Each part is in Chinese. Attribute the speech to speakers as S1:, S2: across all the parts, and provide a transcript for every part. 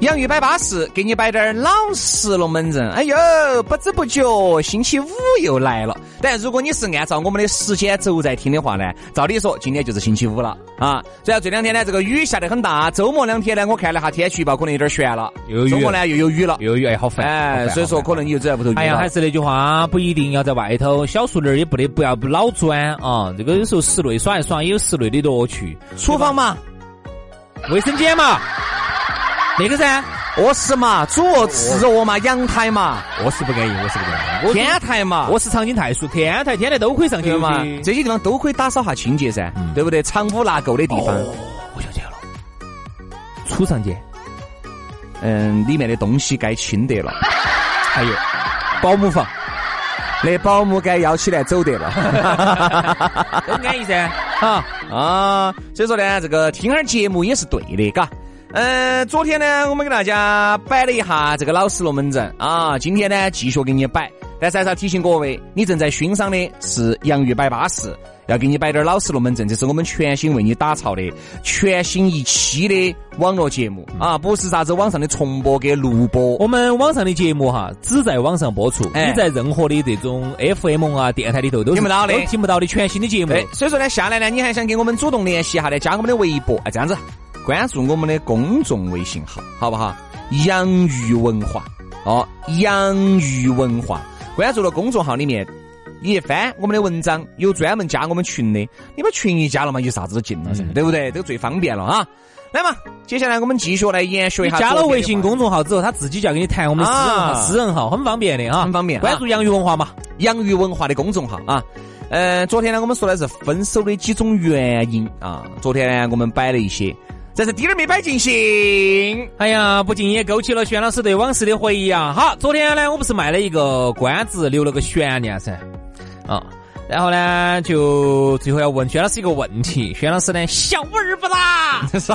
S1: 杨玉摆巴适，给你摆点儿老实龙门阵。哎呦，不知不觉星期五又来了。但如果你是按照我们的时间轴在听的话呢，照理说今天就是星期五了啊。主要这两天呢，这个雨下得很大，周末两天呢，我看了一下天气预报，可能有点悬了。
S2: 又有雨
S1: 周末呢又有雨了，
S2: 又有哎，好烦！好
S1: 哎，
S2: 烦
S1: 所以说
S2: 好烦
S1: 可能你就走在屋头。
S2: 哎呀，还是那句话，不一定要在外头，小树林儿也不得不要老钻啊。这个有时候室内耍一耍，也有室内的乐趣。
S1: 厨房嘛，
S2: 卫生间嘛，那个噻，
S1: 卧室嘛，主卧、次卧嘛，阳台嘛，
S2: 我是不安逸，我是不安逸。我
S1: 天台嘛，
S2: 我是长颈泰树，天台、天台都可以上去
S1: 对嘛，
S2: 这
S1: 这些地方都可以打扫下清洁噻，
S2: 嗯
S1: 对不对？藏污纳垢的地
S2: 哦
S1: 方。
S2: 我晓得了，储藏间
S1: 嗯，里面的东西该清得 了，哎
S2: 还有保姆房，
S1: 那保姆该要起来走得 了
S2: 都安逸噻。啊，
S1: 啊。所以说呢，这个听儿节目也是对的，嘎。嗯，昨天呢，我们给大家摆了一下这个老实龙门阵啊，今天呢继续给你摆，但是还是要提醒各位，你正在欣赏的是洋芋摆巴士，要给你摆点儿老实龙门阵，这是我们全新为你打造的全新一期的网络节目啊，不是啥子网上的重播跟录播，
S2: 我们网上的节目哈，只在网上播出，
S1: 哎
S2: 你在任何的这种 FM 啊、电台里头都是
S1: 听不到的哎
S2: 都听不到的全新的节目。
S1: 对，所以说呢，下来呢，你还想跟我们主动联系一下呢，加我们的微博，哎，这样子，关注我们的公众微信号，好不好？洋芋文化，哦，洋芋文化，关注了公众号里面。你一翻我们的文章，有专门加我们群的，你把群一加了嘛，有啥子都进了噻，
S2: 嗯
S1: 对不对？这个最方便了啊！来嘛，接下来我们继续来延续一
S2: 你
S1: 下
S2: 加了
S1: 昨天的
S2: 微信
S1: 话题
S2: 公众号之后，他自己就要跟你谈我们的私人号、
S1: 啊
S2: 私人号，很方便的啊，
S1: 很方便啊
S2: 关注洋芋文化嘛，
S1: 养鱼文化的公众号啊。呃，昨天呢，我们说的是分手的几种原因啊。昨天呢，我们摆了一些，但是滴点儿没摆尽兴。
S2: 哎呀，不禁也勾起了轩老师对往事的回忆啊！好，昨天呢，我不是卖了一个关子，留了个悬念噻，啊，然后呢，就最后要问轩老师一个问题，轩老师呢，笑而不 答。
S1: 啥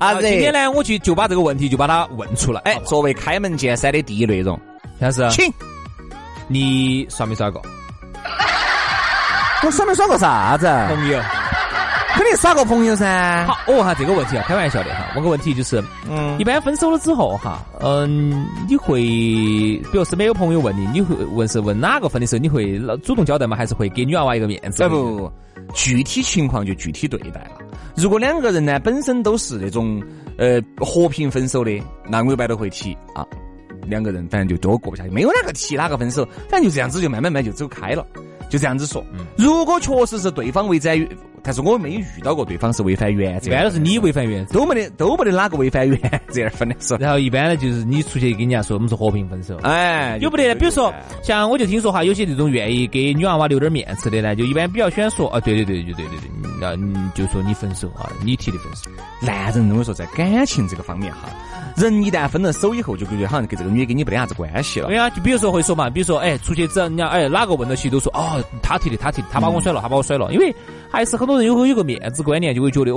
S2: 啊今天呢，我去就把这个问题就把它问出来。
S1: 哎
S2: 好，吧
S1: 作为开门见山的第一内容，
S2: 轩老师，啊
S1: 请
S2: 你耍没耍过
S1: 我耍没耍过啥子？
S2: 朋友？
S1: 肯定耍过朋友噻。
S2: 好，我问下这个问题啊，开玩笑的哈，问个问题就是，
S1: 嗯
S2: 一，般分手了之后哈，嗯，你会，比如身边有朋友问你，你会问是问哪个分的时候，你会主动交代吗？还是会给女娃娃一个面子？
S1: 哎不不不，具体情况就具体对待了。如果两个人呢本身都是那种呃和平分手的，那我一般都会提啊，两个人反正就都过不下去，没有哪个提哪个分手，反正就这样子就慢慢慢就走开了，就这样子说。
S2: 嗯
S1: 如果确实是对方违反，但是我没遇到过对方是违反原则
S2: 一
S1: 的，
S2: 般都是你违反原则，
S1: 都没得都没得哪个违反原则而分的手。
S2: 然后一般呢就是你出去跟人家说我们是和平分手。
S1: 哎，
S2: 有不得？比如说
S1: 哎，
S2: 像我就听说哈，有些这种愿意给女娃娃留点面子的呢，就一般比较喜欢说啊，对对对，就对对对，那你就说你分手啊，你提的分手。
S1: 男人我跟你说，在感情这个方面哈，人一旦分了手以后，就感觉好像跟这个女的跟你没得啥子关系了
S2: 对。啊，就比如说会说嘛，比如说哎，出去之后人家哎哪个问到起都说哦，他提的，他提的，他把我甩了，他把我甩
S1: 嗯
S2: 了，因为还是很多人有有个面子观念，就会觉得哦，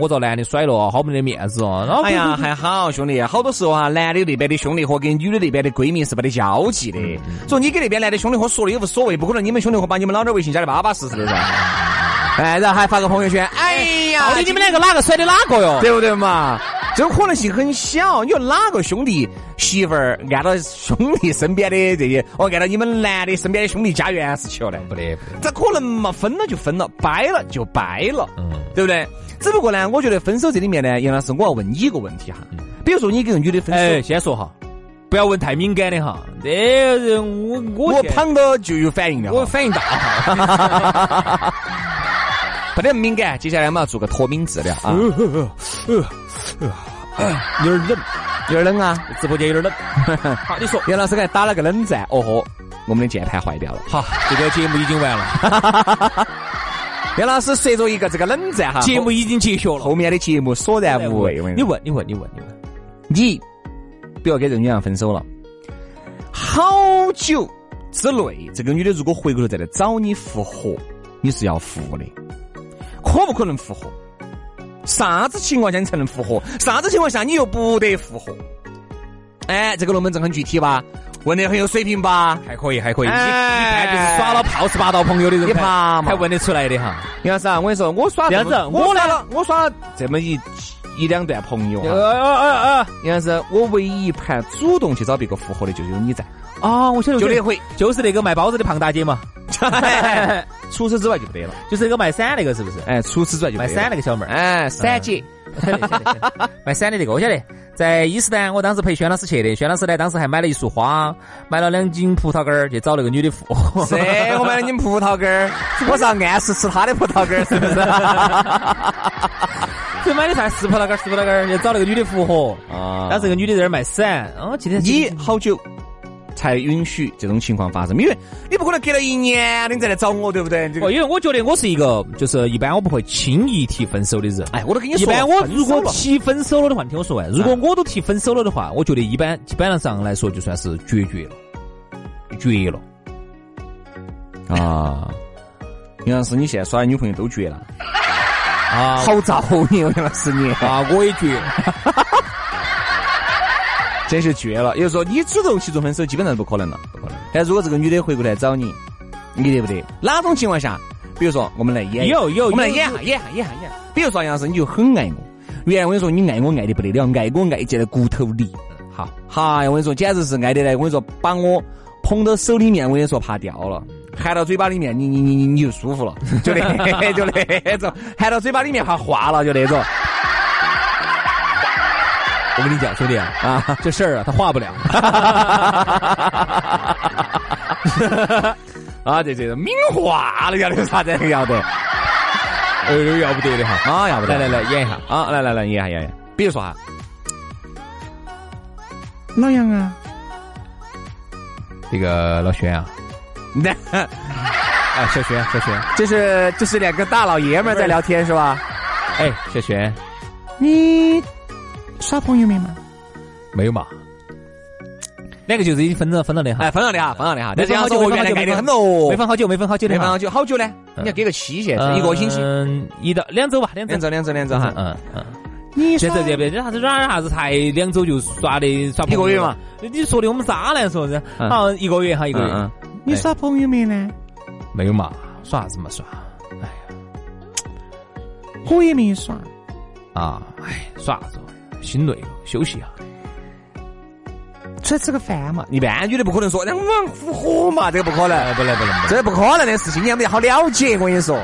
S2: 我遭男的甩了，好没得面子哦。然后
S1: 哎呀，还好兄弟，好多时候啊，男的那边的兄弟伙跟女的那边的闺蜜是没得交际的，所以你给那边男的兄弟伙说了也无所谓，不可能你们兄弟伙把你们老娘微信加的巴巴适适的 噻。哎，然后还发个朋友圈，哎呀
S2: 到，底你们两个哪个甩的哪个哟？
S1: 对不对嘛？这个可能性很小。你说哪个兄弟媳妇儿按照兄弟身边的这些，哦，按照你们男的身边的兄弟家园是去了呢？
S2: 不得不得，
S1: 这可能嘛，分了就分了，掰了就掰了，
S2: 嗯
S1: 对不对？只不过呢，我觉得分手这里面呢，杨老师，我要问你一个问题哈，比如说你跟个女的分
S2: 哎，
S1: 手，
S2: 先说哈，不要问太敏感的哈，这人我我
S1: 我
S2: 现
S1: 旁到就有反应了
S2: 我
S1: 哈，
S2: 反应大哈。
S1: 不得敏感。接下来我们要做个脱敏治疗啊，
S2: 有点冷，
S1: 有点冷啊。
S2: 直播间有点冷。好，你说
S1: 杨老师给他打了个冷战，哦豁，我们的键盘坏掉了。
S2: 好，这个节目已经完了，
S1: 袁老师随着一个这个冷战哈，
S2: 节目已经结束
S1: 后
S2: 了。
S1: 后面的节目索然无味。
S2: 你
S1: 你
S2: 问，你问，你问，你问，
S1: 你不要跟任远阳分手了，好久之内这个女的如果回过头再来找你复合，你是要复的，可不可能复合？啥子情况下你才能复合？啥子情况下你又不得复合？哎，这个龙门阵很具体吧？问的很有水平吧？
S2: 还可以，还可以，一
S1: 哎
S2: 看就是耍了泡十八道朋友的人，
S1: 你怕嘛
S2: 还问得出来的哈。
S1: 杨老师啊，我跟你说，我耍
S2: 这样
S1: 这么
S2: 子
S1: 我
S2: 我
S1: 耍
S2: 呢
S1: 了，我耍了这么一一两段朋友哈。
S2: 呃呃
S1: 杨老师，我唯一一盘主动去找别个复合的，就有你在，
S2: 哦，我晓得，
S1: 就
S2: 我晓
S1: 那
S2: 得
S1: 回。
S2: 就是那个卖包子的胖大 姐嘛，
S1: 哎除此之外就不得了。
S2: 就是那个卖伞那个，是不是？
S1: 哎，除此之外就
S2: 卖伞那
S1: 个，
S2: 个小妹儿。
S1: 哎，散姐，
S2: 卖伞的那个，我晓得，在伊斯坦，我当时陪轩老师去的，轩老师呢当时还买了一束花，买了两斤葡萄干儿去找那个女的复合。
S1: 这我买了你们葡萄干 儿，我是要暗示吃她的葡萄干儿，是不是？
S2: 这买的啥？十葡萄干儿，十葡萄干儿去找那个女的复合。
S1: 啊
S2: 当时那个女的在那儿卖伞，哦，今天
S1: 你好久才允许这种情况发生？因为你不可能隔了一年你再来找我，对不对？这
S2: 哦，
S1: 个，
S2: 因为我觉得我是一个，就是一般我不会轻易提分手的人。
S1: 哎，我都跟你
S2: 一
S1: 说了，
S2: 般我
S1: 分手
S2: 如果
S1: 了啊
S2: 提分手了的话，你听我说完。如果我都提分手了的话，我觉得一般基本上来说就算是决绝了，绝了。
S1: 啊，杨老师，你现在耍的女朋友都绝了，
S2: 啊
S1: 好造孽，杨老师你。
S2: 啊，我也绝了。
S1: 真是绝了。也就是说，你主动去做分手，基本上是不可能了，不可能。但如果这个女的回过来找你，你得不得？哪种情况下？比如说，我们来演一，
S2: 有有
S1: 哎我们来
S2: 有
S1: 演一下，演一下，演一下，演一下。比如说，杨老师，你就很爱我。原来我跟你说，你爱我爱的不得了，爱我爱进了骨头里。
S2: 好，
S1: 哈，我跟你说，简直是爱的嘞！我跟你说，把我捧到手里面，我跟你说怕掉了；含到嘴巴里面，你你你你你就舒服了，就那 就那种；含到嘴巴里面怕化了，就那种
S2: 我跟你讲，兄弟啊，
S1: 啊。
S2: 这事儿啊，他化不了。
S1: 啊，对对，敏化了要得啥子要得
S2: 哎呦，要不得的哈。
S1: 啊，要不得
S2: 来来来，演一下。
S1: 啊，来来来，演一下演一下，比如说 哈，老杨啊，
S2: 这个老轩啊，
S1: 那
S2: 啊，小轩，小轩，
S1: 这是这是两个大老爷们儿在聊天是吧？
S2: 哎，小轩，
S1: 你耍朋友没嘛？
S2: 没有嘛？两个就是已经分了，分了的哈。
S1: 哎，分了的哈，分了的哈，
S2: 没
S1: 但是
S2: 分啊
S1: 杨
S2: 好
S1: 老师
S2: 久，
S1: 我
S2: 没
S1: 原来
S2: 分
S1: 爱
S2: 好久
S1: 的很
S2: 没
S1: 哦，
S2: 分好久，没分好久的
S1: 没分
S2: 哈。
S1: 好久，好久呢？你要给个期限，
S2: 嗯
S1: 一个星期，
S2: 一到两周吧，两周
S1: 两。周两周两周哈。
S2: 嗯嗯。
S1: 你
S2: 现在这边这啥子耍啥子才两周就耍的耍
S1: 一个月嘛？
S2: 你说的我们渣男说的，
S1: 嗯
S2: 好一个月哈一个月
S1: 嗯，你
S2: 哎
S1: 耍朋友没呢？
S2: 没有嘛？耍啥子嘛耍？哎呀
S1: 我也没耍。
S2: 啊哎耍啥子玩意儿？心累了，休息一啊下。
S1: 出来吃个饭嘛。一般女的不可能说，那我们复合嘛，哎这个不可能，
S2: 哎不来不来不
S1: 这不可能的事情，你们要好了解。我跟你说，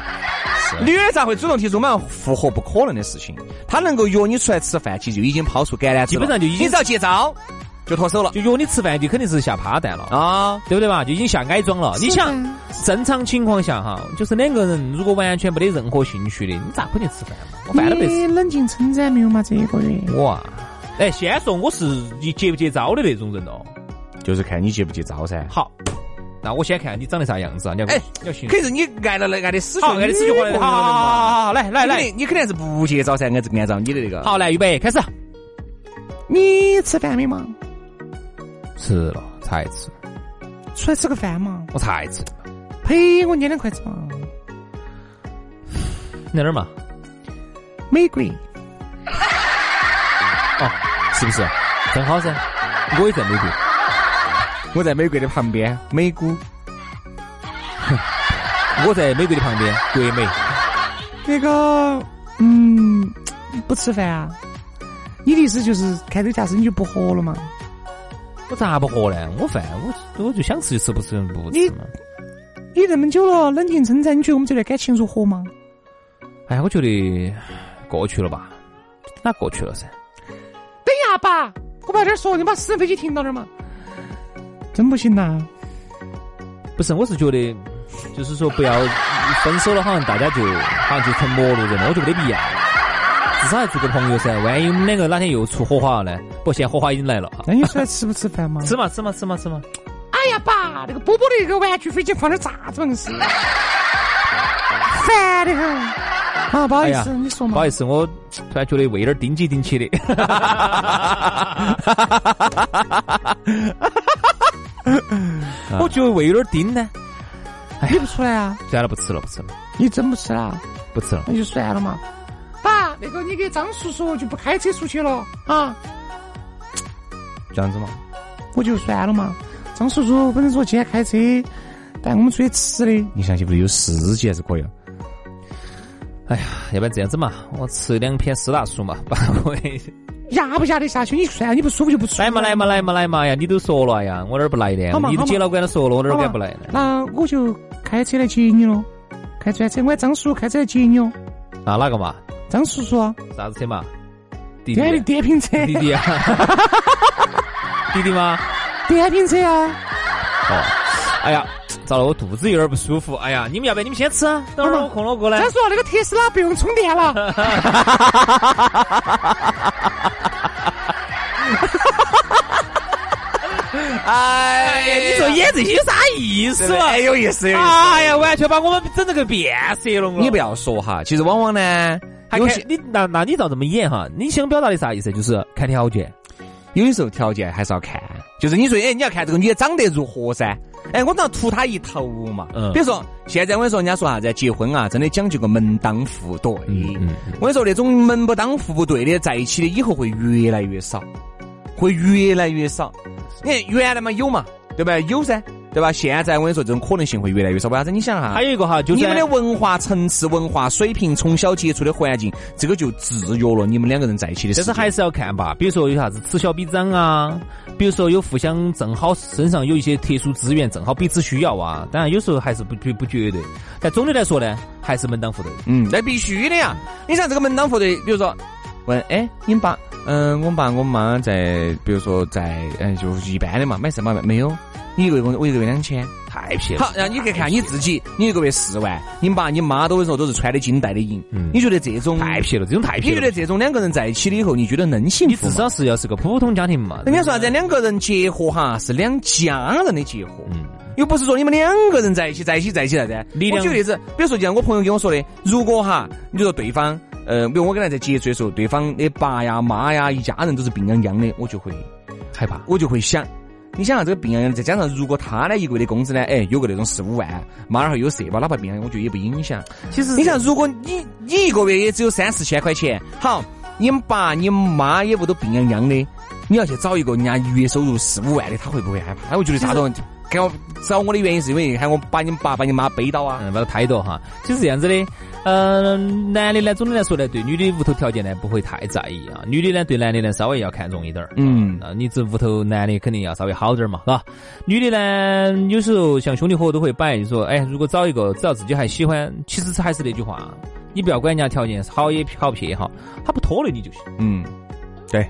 S2: 是啊
S1: 女的咋会主动提出我们要复合不可能的事情？她能够约你出来吃饭，其实就已经抛出橄榄枝了，
S2: 基本上就已经
S1: 你只要接招就脱手了
S2: 就约你吃饭就肯定是下趴蛋了。
S1: 啊。
S2: 对不对嘛？就已经下矮装了。你想，正常情况下哈，就是两个人如果完全没得任何兴趣的，你咋可能吃饭嘛？我饭都没得吃。
S3: 你冷静称赞没有嘛？这一个月
S2: 我啊，哎，先说我是你接不接招的那种人哦。
S1: 就是看你接不接招噻。
S2: 好，那我先看你长得啥样子啊？你要
S1: 哎
S2: 你要行。
S1: 可是你挨了挨的死去，
S2: 好，爱的死就活来。好好好好好，来来来，，
S1: 你肯定是不接招噻，按按照你的那个。，
S2: 好来，预备，开始。啊
S3: 你吃饭没嘛？
S2: 吃了，才吃，
S3: 出来吃个饭嘛？
S2: 我才吃。
S3: 陪我捏两筷子嘛？
S2: 那哪儿嘛？
S3: 美国
S2: 哦，是不是？正好噻，我也在美国。
S1: 我在美国的旁边，美股。
S2: 我在美国的旁边，国美。
S3: 那个，嗯，不吃饭啊？你的意思就是开头假设你就不活了嘛？
S2: 我咋不活呢？我饭我我就想吃就吃，不吃不吃
S3: 你
S2: 嘛。
S3: 你这么久了，冷静称赞，你觉得我们这段感情如何嘛？
S2: 哎，我觉得过去了吧，那过去了噻。
S3: 等一下吧，我把这儿说，你把私人飞机停到这儿嘛？真不行呐、
S2: 不是，我是觉得，就是说不要分手了，好像大家就好像就成陌路人了，我觉得没得必要。至少还做个朋友噻，万一我们两个哪天又出火花了呢？不，现在火花已经来了啊。
S3: 那你出来吃不吃饭嘛？
S2: 吃嘛吃嘛吃嘛吃嘛！
S3: 哎呀爸，那个波波的那个玩具飞机放点啥子嘛，是烦得很。啊，不好
S2: 哎
S3: 意
S2: 呀
S3: 思，你说
S2: 不
S3: 嘛
S2: 好意，思，我突然觉得胃有点顶起顶起的。 我觉得胃有点顶呢。
S3: 你不出来啊？
S2: 算了，不吃了，不吃了，
S3: 你真不吃了？
S2: 不吃了。
S3: 那就算了嘛。爸，那个你给张叔说，我就不开车出去了啊，
S2: 这样子吗？
S3: 我就算了嘛。张叔叔本来说今天开车带我们出去吃的，
S1: 你相信不？有时间是可以了。
S2: 哎呀，要不然这样子嘛，我吃两片施大叔嘛， 把胃。
S3: 压不压得下去？你算了，你不舒服就不舒服。
S2: 来嘛来嘛来嘛来嘛呀！你都说了呀，我哪儿不来的？
S3: 好嘛
S2: 你都
S3: 好嘛
S2: 姐老倌都说了，我哪儿
S3: 好嘛
S2: 敢不来呢？
S3: 那我就开车来接你喽。开专车，我喊张叔叔开车来接你哦。
S2: 啊，哪个嘛？
S3: 张叔叔啊，
S2: 啥子车嘛？弟弟
S3: 电的电瓶车，
S2: 弟弟啊？弟弟吗？
S3: 电瓶车啊。
S2: 哦，哎呀，糟了，我肚子有点不舒服。哎呀，你们要不要你们先吃啊？等会儿我空了我过来
S3: 张。叔叔，那个特斯拉不用充电了，
S1: 哎呀，
S2: 你说演这些有啥意思嘛？
S1: 哎有意思有意思。
S2: 哎呀，完全把我们整这个变色龙了。
S1: 你不要说哈，其实往往呢，
S2: 还
S1: 有
S2: 看
S1: 些
S2: 你那那你照这么演哈？你想表达的啥意思？就是看条件。
S1: 有的时候条件还是要看，就是你说，哎，你要看这个女的长得如何噻。哎，我只要图她一头嘛。
S2: 嗯
S1: 比如说，现在我跟你说，人家说啥子结婚啊，真的讲究个门当户对。
S2: 嗯嗯嗯
S1: 我跟你说，那种门不当户不对的，在一起的以后会越来越少，会越来越少。你看原来嘛有嘛，对吧？有噻，对吧？现在我跟你说，这种可能性会越来越少。为啥子？你想
S3: 啊
S1: 哈，
S2: 还有一个哈，就是
S1: 你们的文化层次、文化水平，从小接触的环境，这个就制约了你们两个人在一起的时
S2: 但
S1: 间。
S2: 是还是要看吧，比如说有啥子此消彼长啊，比如说有互相正好身上有一些特殊资源，正好彼此需要啊。当然有时候还是不绝不绝对，但总的来说呢，还是门当户对。
S1: 嗯，那必须的呀！你像这个门当户对，比如说问，哎，你们爸，嗯、我们爸我们妈在，比如说在，嗯、就一般的嘛，买什么没有？你一个月我我一个月两千，
S2: 太撇了。
S1: 好，然后你看看你自己，你一个月四万，你爸你妈都跟你说都是穿的金戴的银，
S2: 嗯
S1: 你觉得这种，
S2: 太撇了，这种太
S1: 你
S2: 撇
S1: 觉
S2: 了
S1: 得。这种两个人在一起了以后，你觉得能幸
S2: 你
S1: 福
S2: 至
S1: 吗？
S2: 少是要是个普通家庭嘛。
S1: 人家说啥子？两个人结合哈，是两家人的结合。
S2: 嗯，
S1: 又不是说你们两个人在一起，在一起，在一起啥子？
S2: 力量
S1: 我举个例子，比如说就像我朋友跟我说的，如果哈，你说对方，呃，比如我跟他在接触的时候，对方的爸呀、妈呀，一家人都是病殃殃的，我就会，
S2: 害怕。
S1: 我就会想。你想啊，这个病殃殃，再加上如果他呢一个月的工资呢，哎，有个那种四五万，妈然后有社保，哪怕病殃殃，我觉得也不影响。
S2: 其实
S1: 你想，如果你你一个月也只有三四千块钱，好，你爸你妈也不都病殃殃的，你要去找一个人家月收入四五万的，他会不会害怕？哎他会觉得啥子？给我找我的原因是因为喊我把你爸把你妈背到啊。
S2: 嗯，把它拍到哈。其实这样子的，呃，男的呢，总的来说呢，对女的屋头条件呢不会太在意啊，女的呢对男的呢稍微要看重一点儿。
S1: 嗯
S2: 啊，你这屋头男的肯定要稍微好点儿嘛，是吧？女的呢，有时候像兄弟伙都会摆，就说，哎，如果找一个只要自己还喜欢，其实还是那句话，你不要管人家条件好也好撇哈，他不拖累你就行。
S1: 嗯，对，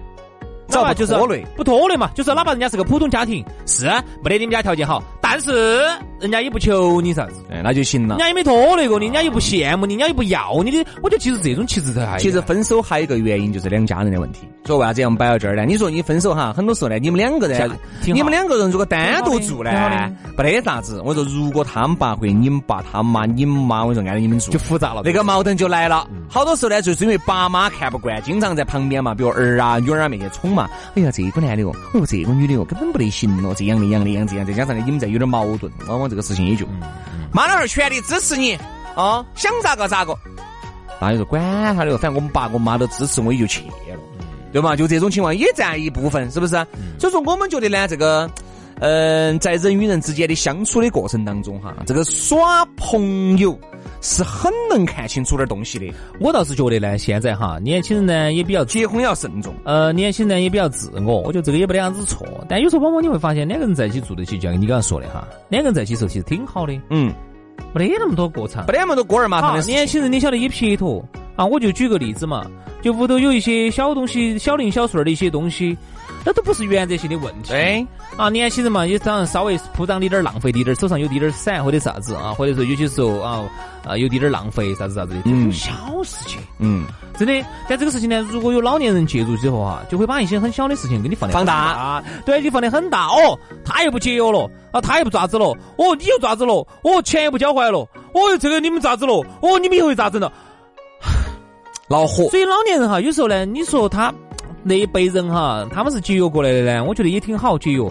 S2: 哪
S1: 找
S2: 怕
S1: 不
S2: 就是
S1: 拖累。
S2: 不拖累嘛，就是哪怕人家是个普通家庭，是没得你们家条件好，但是人家也不求你啥子。
S1: 哎，那就行了
S2: 人。家也没拖累过你，人家又不羡慕你，人家又不要你的。我觉得其实这种其实才
S1: 其实分手还有一个原因就是两家人的问题。所以为啥子要摆到这儿呢？你说你分手哈，很多时候呢，你们两个
S2: 家
S1: 人，
S2: 挺好
S1: 你们两个人如果单独住呢
S2: 挺好的挺，
S1: 没得啥子。我说，如果他们爸或者你们爸他妈你们妈，我说挨着你们住
S2: 就，复杂了。
S1: 那个矛盾就来了。好多时候呢，就是因为爸妈看不惯，经常在旁边嘛，比如儿啊、女儿啊面前宠嘛。哎呀，这个男的哦，哎呦，这个女的哦，根本不得行哦，这样那样那样这样，再加上呢，你们再有点矛盾，往往这个事情也就妈老汉儿全力支持你啊，想咋个咋个。那你说管他的哦，反正我们爸我妈都支持我，也就去了，对嘛？就这种情况也占一部分，是不是？啊所以说，我们觉得呢，这个。嗯，在人与人之间的相处的过程当中，哈，这个耍朋友是很能看清楚点东西的。
S2: 我倒是觉得呢，现在哈，年轻人呢也比较
S1: 结婚要慎重，
S2: 呃，年轻人也比较自我，我觉得这个也没得啥子错。但有时候往往你会发现，两个人在一起住得起，就像你刚刚说的哈，两个人在一起的时候其实挺好的，
S1: 嗯，
S2: 没得那么多过场
S1: 不。得那么多锅儿麻
S2: 啊
S1: 烦的，事
S2: 年
S1: 情。
S2: 轻人你晓得也撇脱啊，我就举个例子嘛，就屋头有一些小东西、小零小碎儿的一些东西，那都不是原则性的问题。
S1: 对，
S2: 啊，年轻人嘛，也当然稍微铺张滴点儿，浪费滴点儿，手上有滴点儿散或者啥子啊，或者说有些时候啊啊有滴点儿浪费啥子啥子的，这
S1: 嗯
S2: 种小事情，
S1: 嗯，
S2: 真的。但这个事情呢，如果有老年人介入之后哈、就会把一些很小的事情给你放得
S1: 放
S2: 很
S1: 大
S2: 大，对你放得很大哦，他又不节约了，啊他又不咋子了，哦你又咋子了，哦钱又不交回来了，哦这个你们咋子了，哦你们以后又咋整了？
S1: 恼火，
S2: 所以老年人哈，有时候呢，你说他那一辈人哈，他们是节约过来的呢，我觉得也挺好节约。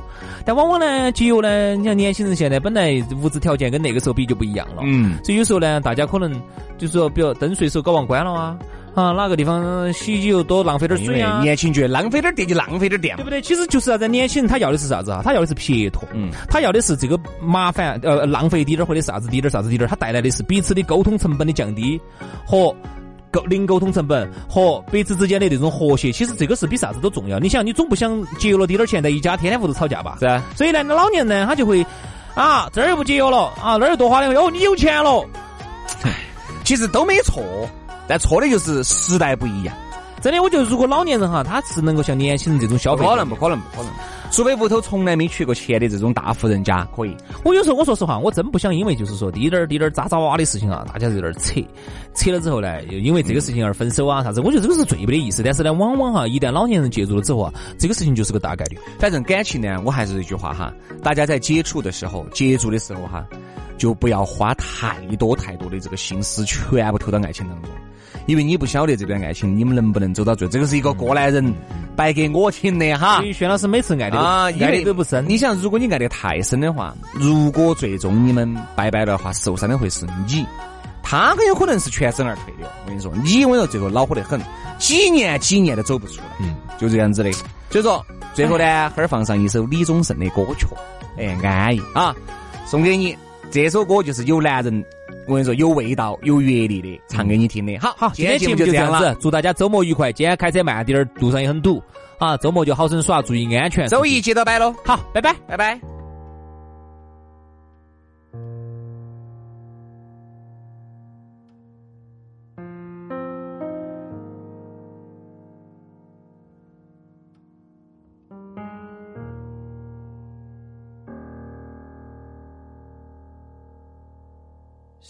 S2: 但往往呢，节约呢，你像年轻人现在本来物质条件跟那个时候比就不一样了，
S1: 嗯，
S2: 所以有时候呢，大家可能就是说，比如灯水手搞忘关了啊，啊哪个地方洗衣机又多浪费点
S1: 因
S2: 水
S1: 为
S2: 啊。
S1: 年轻觉得浪费点儿电就浪费点儿电
S2: 对
S1: 嘛
S2: 不，对？其实就是啥、子？年轻人他要的是啥子啊？他要的是撇脱，
S1: 嗯
S2: 他要的是这个麻烦，呃，浪费滴点儿或者啥子滴点儿啥子滴点儿，他带来的是彼此的沟通成本的降低和沟零沟通成本和彼此之间的那种和谐。其实这个是比啥子都重要。你想，你总不想节约了滴点儿钱，在一家天天屋头吵架吧？
S1: 是啊，
S2: 所以呢，老年人呢，他就会啊，这儿又不节约了啊，那儿又多花两个，哦，你有钱了。
S1: 其实都没错，但错的就是时代不一样，
S2: 真的，我觉得如果老年人哈，他是能够像年轻人这种消
S1: 不
S2: 费，
S1: 可能，不可能，不可能。除非屋头从来没缺过钱的这种大户人家，可以。
S2: 我有时候我说实话，我真不想因为就是说滴点儿滴点儿渣渣哇的事情啊，大家就有点儿扯，扯了之后呢，又因为这个事情而分手啊啥子，我觉得这个是最没得意思。但是呢，往往哈，一旦老年人介入了之后啊，这个事情就是个大概率。
S1: 反正感情呢，我还是一句话哈，大家在接触的时候、接触的时候哈，就不要花太多太多的这个心思，全部投到爱情当中，因为你不晓得这段爱情你们能不能走到最后，这个是一个过来人白给我听的哈
S2: 所。以轩老师每次爱的
S1: 啊，
S2: 爱的都不深。
S1: 你想，如果你爱得太深的话，如果最终你们拜拜的话，受伤的会是你，他很有可能是全身而退的。哦我跟你说，你我跟你说最后恼火得很，几年几年都走不出来，
S2: 嗯
S1: 就这样子的。所以说，最后呢，哈儿放上一首李宗盛的歌曲，哎，安逸啊，送给你。这首歌就是有男人，我跟你说有味道、有阅历的，唱给你听的。好，
S2: 好，
S1: 今
S2: 今天
S1: 天节目
S2: 节目就
S1: 就
S2: 这
S1: 这
S2: 样
S1: 样
S2: 子
S1: 了。，
S2: 祝大家周末愉快。今天开车慢点儿，路上也很堵啊，周末就好生耍，注意安全。
S1: 周一接着摆喽，
S2: 好，拜拜。
S1: 拜拜。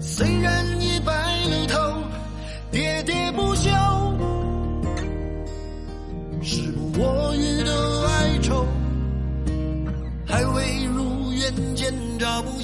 S4: 虽然已白了头，喋喋不休，时不我予的哀愁，还未如愿见着不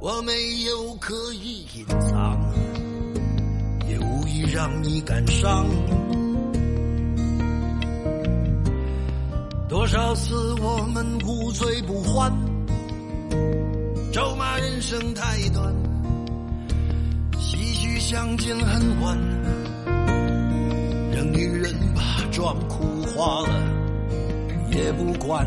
S4: 我没有刻意隐藏，也无意让你感伤。多少次我们无醉不欢，咒骂人生太短，唏嘘相见恨晚，人与人把妆哭花了也不管。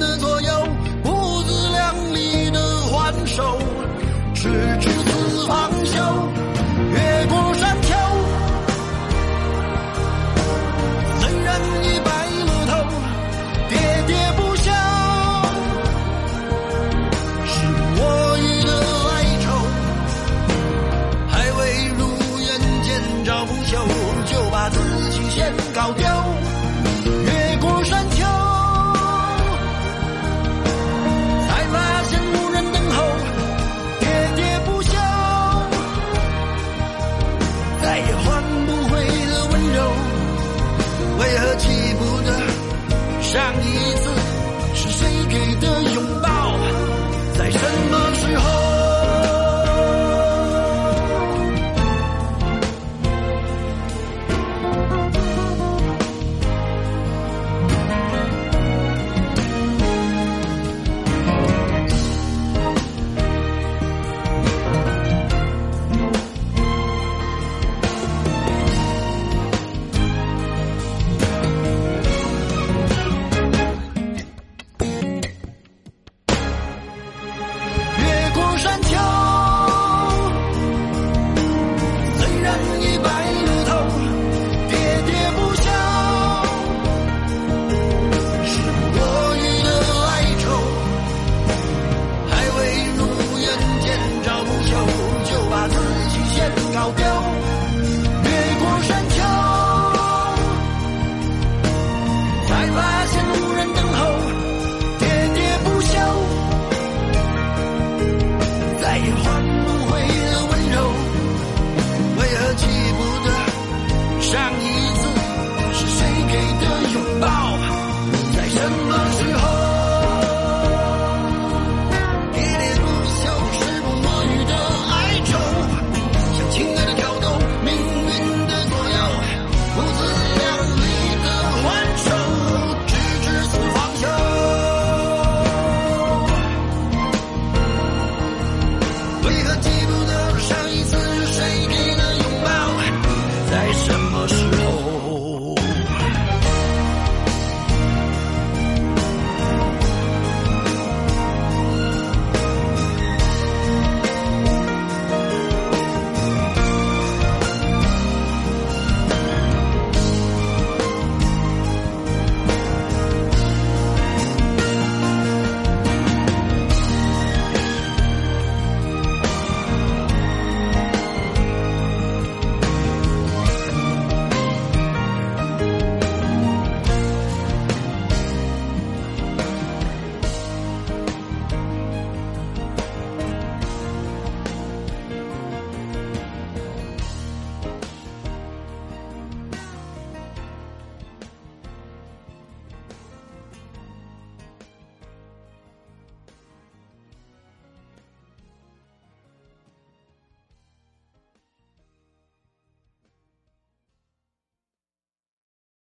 S4: 的左右，不自量力的还手，直至死方休，越过山丘。虽然已白了头，喋喋不休，是我欲的哀愁，还未如愿见着不朽，就把自己先搞丢，越过山丘，才发现无人等候，喋喋不休，再也换不回的温柔。为何记不得上一次？